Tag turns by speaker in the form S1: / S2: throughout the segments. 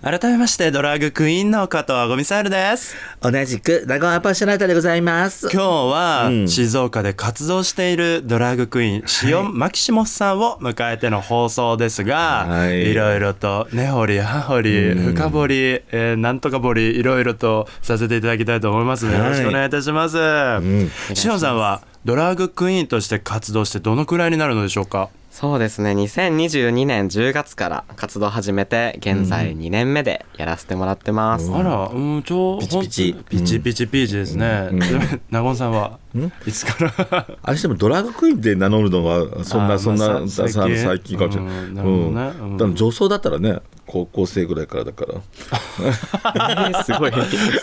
S1: 改めましてドラッグクイーンの加藤アゴミサイルです
S2: 同じくナゴンアパッショナータでございます。
S1: 今日は
S2: うん
S1: 静岡で活動しているドラァグクイーン、塩マキシモスさんを迎えての放送ですが、
S2: はい
S1: い、ろいろと根掘り葉掘り深掘り、えーなんとか掘りいろいろとさせていただきたいと思いますので、
S2: はい
S1: よろしくお願いいたします、
S2: ん
S1: 塩さんはドラァグクイーンとして活動してどのくらいになるのでしょうか
S3: そうですね2022年10月から活動始めて現在2年目でやらせてもらってます、
S1: あら、うん、ちょう
S2: ピチピチ
S1: ほんピチピチピチですね、 納言さんはいつから
S2: あれしてもドラァグクイーンって名乗るのはそん
S1: あー
S2: なそん
S1: ま
S2: な
S1: あさ
S2: さ
S1: 最近
S2: 最近かもしれない。
S1: うんなるほどねうん
S2: だから女装だったらね高校生ぐらいからだから。
S3: すごい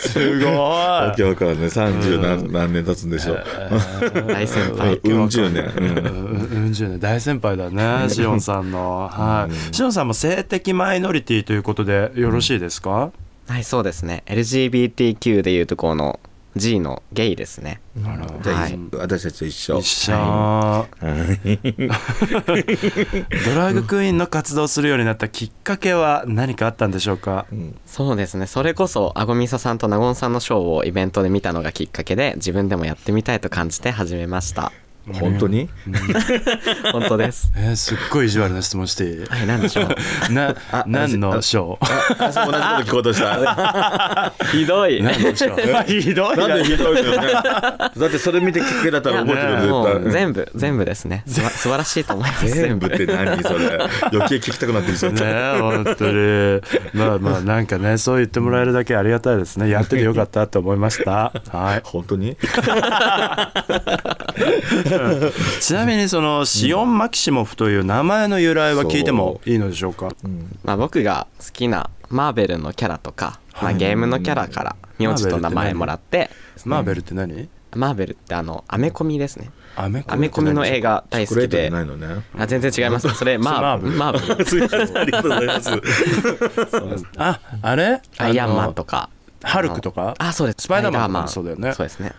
S1: すごい
S2: わけわかんない30何何年経つんでしょう。
S3: 大先輩
S2: うんうん十年。うん
S1: うん十年大先輩だねしおんさんのはいしおんさんも性的マイノリティということでよろしいですか、
S3: はいそうですね LGBTQ でいうとこの G のゲイですね
S2: じゃあ
S3: はい
S2: 私たちと一緒。
S1: 一緒、ドラァグクイーンの活動するようになったきっかけは何かあったんでしょうか、
S3: そうですねそれこそアゴミサさんとナゴンさんのショーをイベントで見たのがきっかけで自分でもやってみたいと感じて始めま した
S2: 本当に？
S3: 本当です
S1: えーすっごい意地悪な質問していい
S3: はい何でしょう
S1: な
S2: あ
S1: 何の賞
S2: あそう同じこと聞こ うとした。
S3: ひどい
S1: 何の賞ひどいな
S2: なんでひどいのね。だってそれ見て聞くだったら覚えてる
S3: も
S2: よ
S3: う
S2: 絶対。
S3: 全部全部です ねすば素晴らしいと思います
S2: 全部って何それ。余計聞きたくなってきちゃった。
S1: ね本当にまあまあなんかねそう言ってもらえるだけありがたいですねやっててよかったと思いましたはい
S2: 本当に？
S1: ちなみにそのシオン・マキシモフという名前の由来は聞いてもいいのでしょうか
S3: まあ、僕が好きなマーベルのキャラとか、まあ、ゲームのキャラから名字と名前もらって
S1: マーベルって何
S3: マーベルってあのアメコミですね
S1: アメコミ
S3: アメコミの映画大
S2: チョ
S3: 好
S2: コレ
S3: き
S2: ートじ
S3: で
S2: ゃないのね。
S3: あ全然違い ますそれマーブルマーブル
S2: すいませんありがとうございます。
S1: あ あれ
S3: アイアンマンと
S1: か
S3: か
S1: ハルクとか
S3: あのあそうです
S1: スパイダーマン
S3: ス
S1: そうだよね
S3: そうですね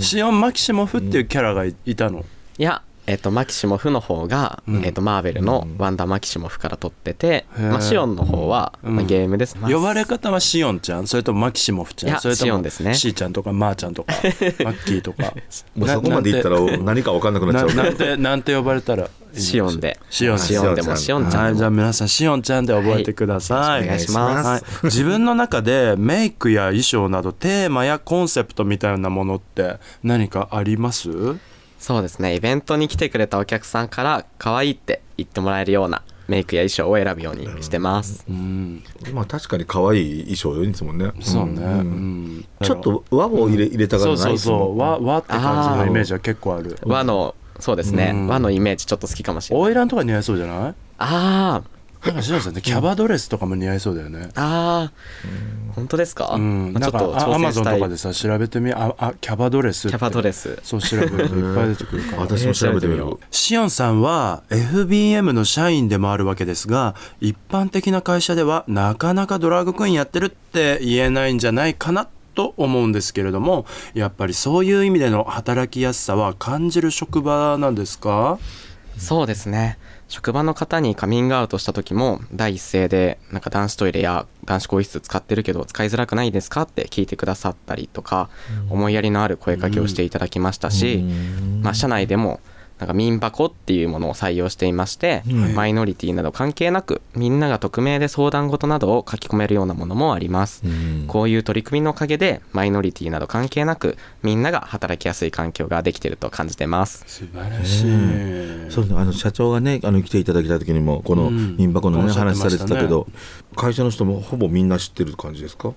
S1: シオン・マキシモフっていうキャラがいたの
S3: いやえっとマキシモフの方が、えっとマーベルのワンダーマキシモフから取ってて、
S1: へー
S3: まあ、シオンの方は、まあ、ゲームです、まあ
S1: 呼ばれ方はシオンちゃんそれともマキシモフち
S3: い
S1: ゃん
S3: や
S1: それと
S3: シオ
S1: も
S3: ンですね
S1: シーちゃんとかマーちゃんと かマッキーとか
S2: もうそこまでいったら何か分かんなくなっちゃ
S1: な
S2: うか
S1: な
S2: ら
S1: ん。てなんて呼ばれたらいいの
S3: シオンで
S1: シオン
S3: シオンでも
S2: シ
S3: シ
S2: オ
S3: オ
S2: ン
S3: ンちゃん
S1: はい、
S3: でも
S1: じゃあ皆さんしおんちゃんで覚えてください、
S3: はいよろしくお願いします
S1: はい自分の中でメイクや衣装などテーマやコンセプトみたいなものって何かあります
S3: そうですねイベントに来てくれたお客さんから可愛いって言ってもらえるようなメイクや衣装を選ぶようにしてます、
S2: まあ確かに可愛い衣装よいつもんね。
S1: そうね、うん
S2: ちょっと和を入れ入れたが
S1: そ
S2: ら
S1: う
S2: ない
S1: そう
S2: ですもん
S1: そう和和って感じのイメージは結構ある
S3: 和のそうですね、和のイメージちょっと好きかもしれない
S1: オイランとか似合いそうじゃない
S3: あー
S1: なんかしおんさんってキャバドレスとかも似合いそうだよね
S3: あー本当ですか、
S1: うん、
S3: ま
S1: な
S3: あちょ
S1: ん
S3: っと
S1: かあア
S3: 挑
S1: マ
S3: 戦
S1: ゾン
S3: した
S1: と
S3: い
S1: かでさ調べてみああキャバドレスって
S3: キャバドレス
S1: そう調べるといっぱい出てくるから
S2: 私も調べてみる。
S1: シオンさんは FBM の社員でもあるわけですが一般的な会社ではなかなかドラァグクイーンやってるって言えないんじゃないかなと思うんですけれどもやっぱりそういう意味での働きやすさは感じる職場なんですか
S3: そうですね職場の方にカミングアウトした時も第一声でなんか男子トイレや男子更衣室使ってるけど使いづらくないですかって聞いてくださったりとか、思いやりのある声かけをしていただきましたし、まあ、社内でもなんか民箱っていうものを採用していまして、マイノリティなど関係なくみんなが匿名で相談事などを書き込めるようなものもあります、こういう取り組みのおかげでマイノリティなど関係なくみんなが働きやすい環境ができてると感じてます
S1: 素晴らしい、
S2: そうねあの社長がねあの来ていただきた時にもこの
S1: うん
S2: 民箱の
S1: お
S2: ね
S1: っしゃってま
S2: 話
S1: した
S2: さ
S1: ね
S2: れてたけど会社の人もほぼみんな知ってる感じですか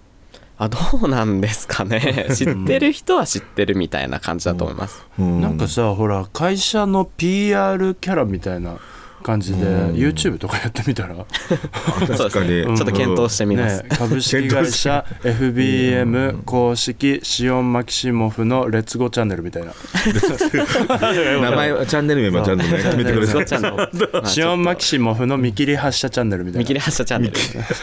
S3: あどうなんですか ね知ってる人は知ってるみたいな感じだと思います、
S2: うん
S1: なんかさほら会社の PR キャラみたいな感じで、
S2: うん
S1: YouTube とかやってみたら、
S2: 確かに、
S3: ちょっと検討してみます、
S1: ね、株式会 社 FBM 公式シオン・マキシモフのレッツゴーチャンネルみたいな
S2: うん名前はチャンネル名はちゃんとね決めてくだ
S3: そ
S2: さ
S3: う
S2: い
S3: ちゃんの、まあちょっと
S1: シオン・マキシモフの見切り発車チャンネルみたい
S3: 見
S1: な
S3: 切り発車チャンネル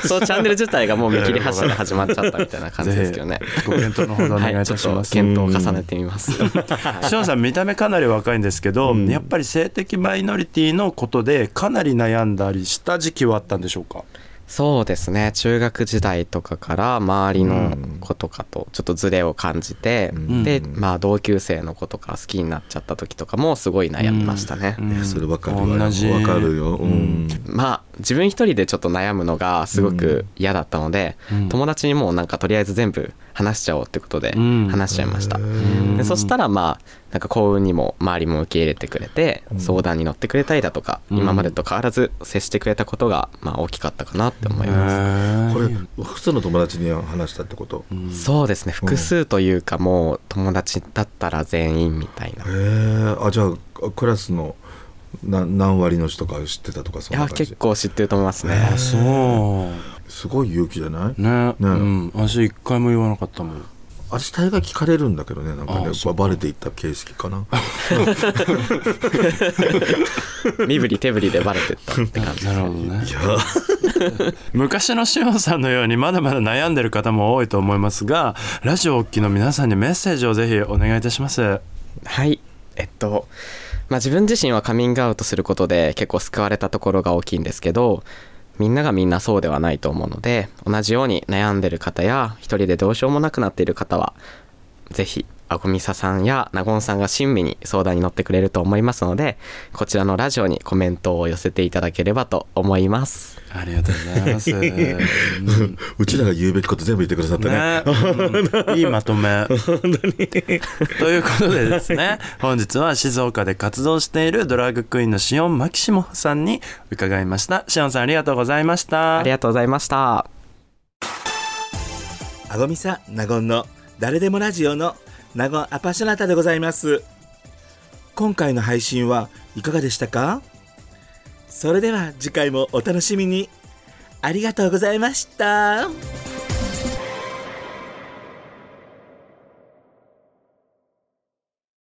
S3: そうチャンネル自体がもう見切り発車で始まっちゃったみたいな感じですけどね
S1: ご検討のほどお願いい
S3: はい
S1: た
S3: ち
S1: し
S3: ょっと
S1: ます、
S3: 検討を重ねてみます
S1: シオンさん見た目かなり若いんですけど、やっぱり性的マイノリティのことでかなり悩んだりした時期はあったんでしょうか
S3: そうですね中学時代とかから周りの子とかとちょっとズレを感じて、
S1: ん
S3: で、まあ、同級生の子とか好きになっちゃった時とかもすごい悩みましたね、
S1: うん
S2: それわかるわ
S1: 同じ
S2: わかるよ、うん
S3: まあ自分一人でちょっと悩むのがすごく嫌だったので、
S1: うん
S3: 友達にもうなんかとりあえず全部話しちゃおうってことで
S1: うん
S3: 話しちゃいました、
S1: ん
S3: でそしたらまあなんか幸運にも周りも受け入れてくれて相談に乗ってくれたりだとか、
S1: うん
S3: 今までと変わらず接してくれたことがまあ大きかったかなって思います、
S2: こ
S1: こ
S2: れ複数の友達に話したってこと、
S3: そうですね複数というかもう友達だったら全員みたいな、い
S2: へえあじゃあクラスのな何割の人か知ってたとかそんな
S3: や
S2: 感じ
S3: 結構知ってると思いますね、
S1: あそ
S2: すごい勇気じゃないう
S1: ねうん、私一回も言わなかったもん
S2: あれ大概聞かれるんだけどねなんかね
S1: あそう
S2: バレていった形式かな
S3: 身振り手振りでバレてったって感じ
S1: なるほどね
S2: いや
S1: 昔のしおんさんのようにまだまだ悩んでる方も多いと思いますがラジオおっきの皆さんにメッセージをぜひお願いいたします
S3: はいえっとまあ自分自身はカミングアウトすることで結構救われたところが大きいんですけどみんながみんなそうではないと思うので同じように悩んでる方や一人でどうしようもなくなっている方はぜひアゴミサさんやナゴンさんが親身に相談に乗ってくれると思いますのでこちらのラジオにコメントを寄せていただければと思います
S1: ありがとうございます、うん
S2: うちらが言うべきこと全部言ってくださったね
S1: ね、うんいいまとめ。ということでですね、本日は静岡で活動しているドラッグクイーンのシオン・マキシモフさんに伺いました。シオンさんありがとうございました。
S3: ありがとうございました
S4: あごみさなごんの誰でもラジオのなごんアパショナタでございます今回の配信はいかがでしたかそれでは次回もお楽しみにありがとうございました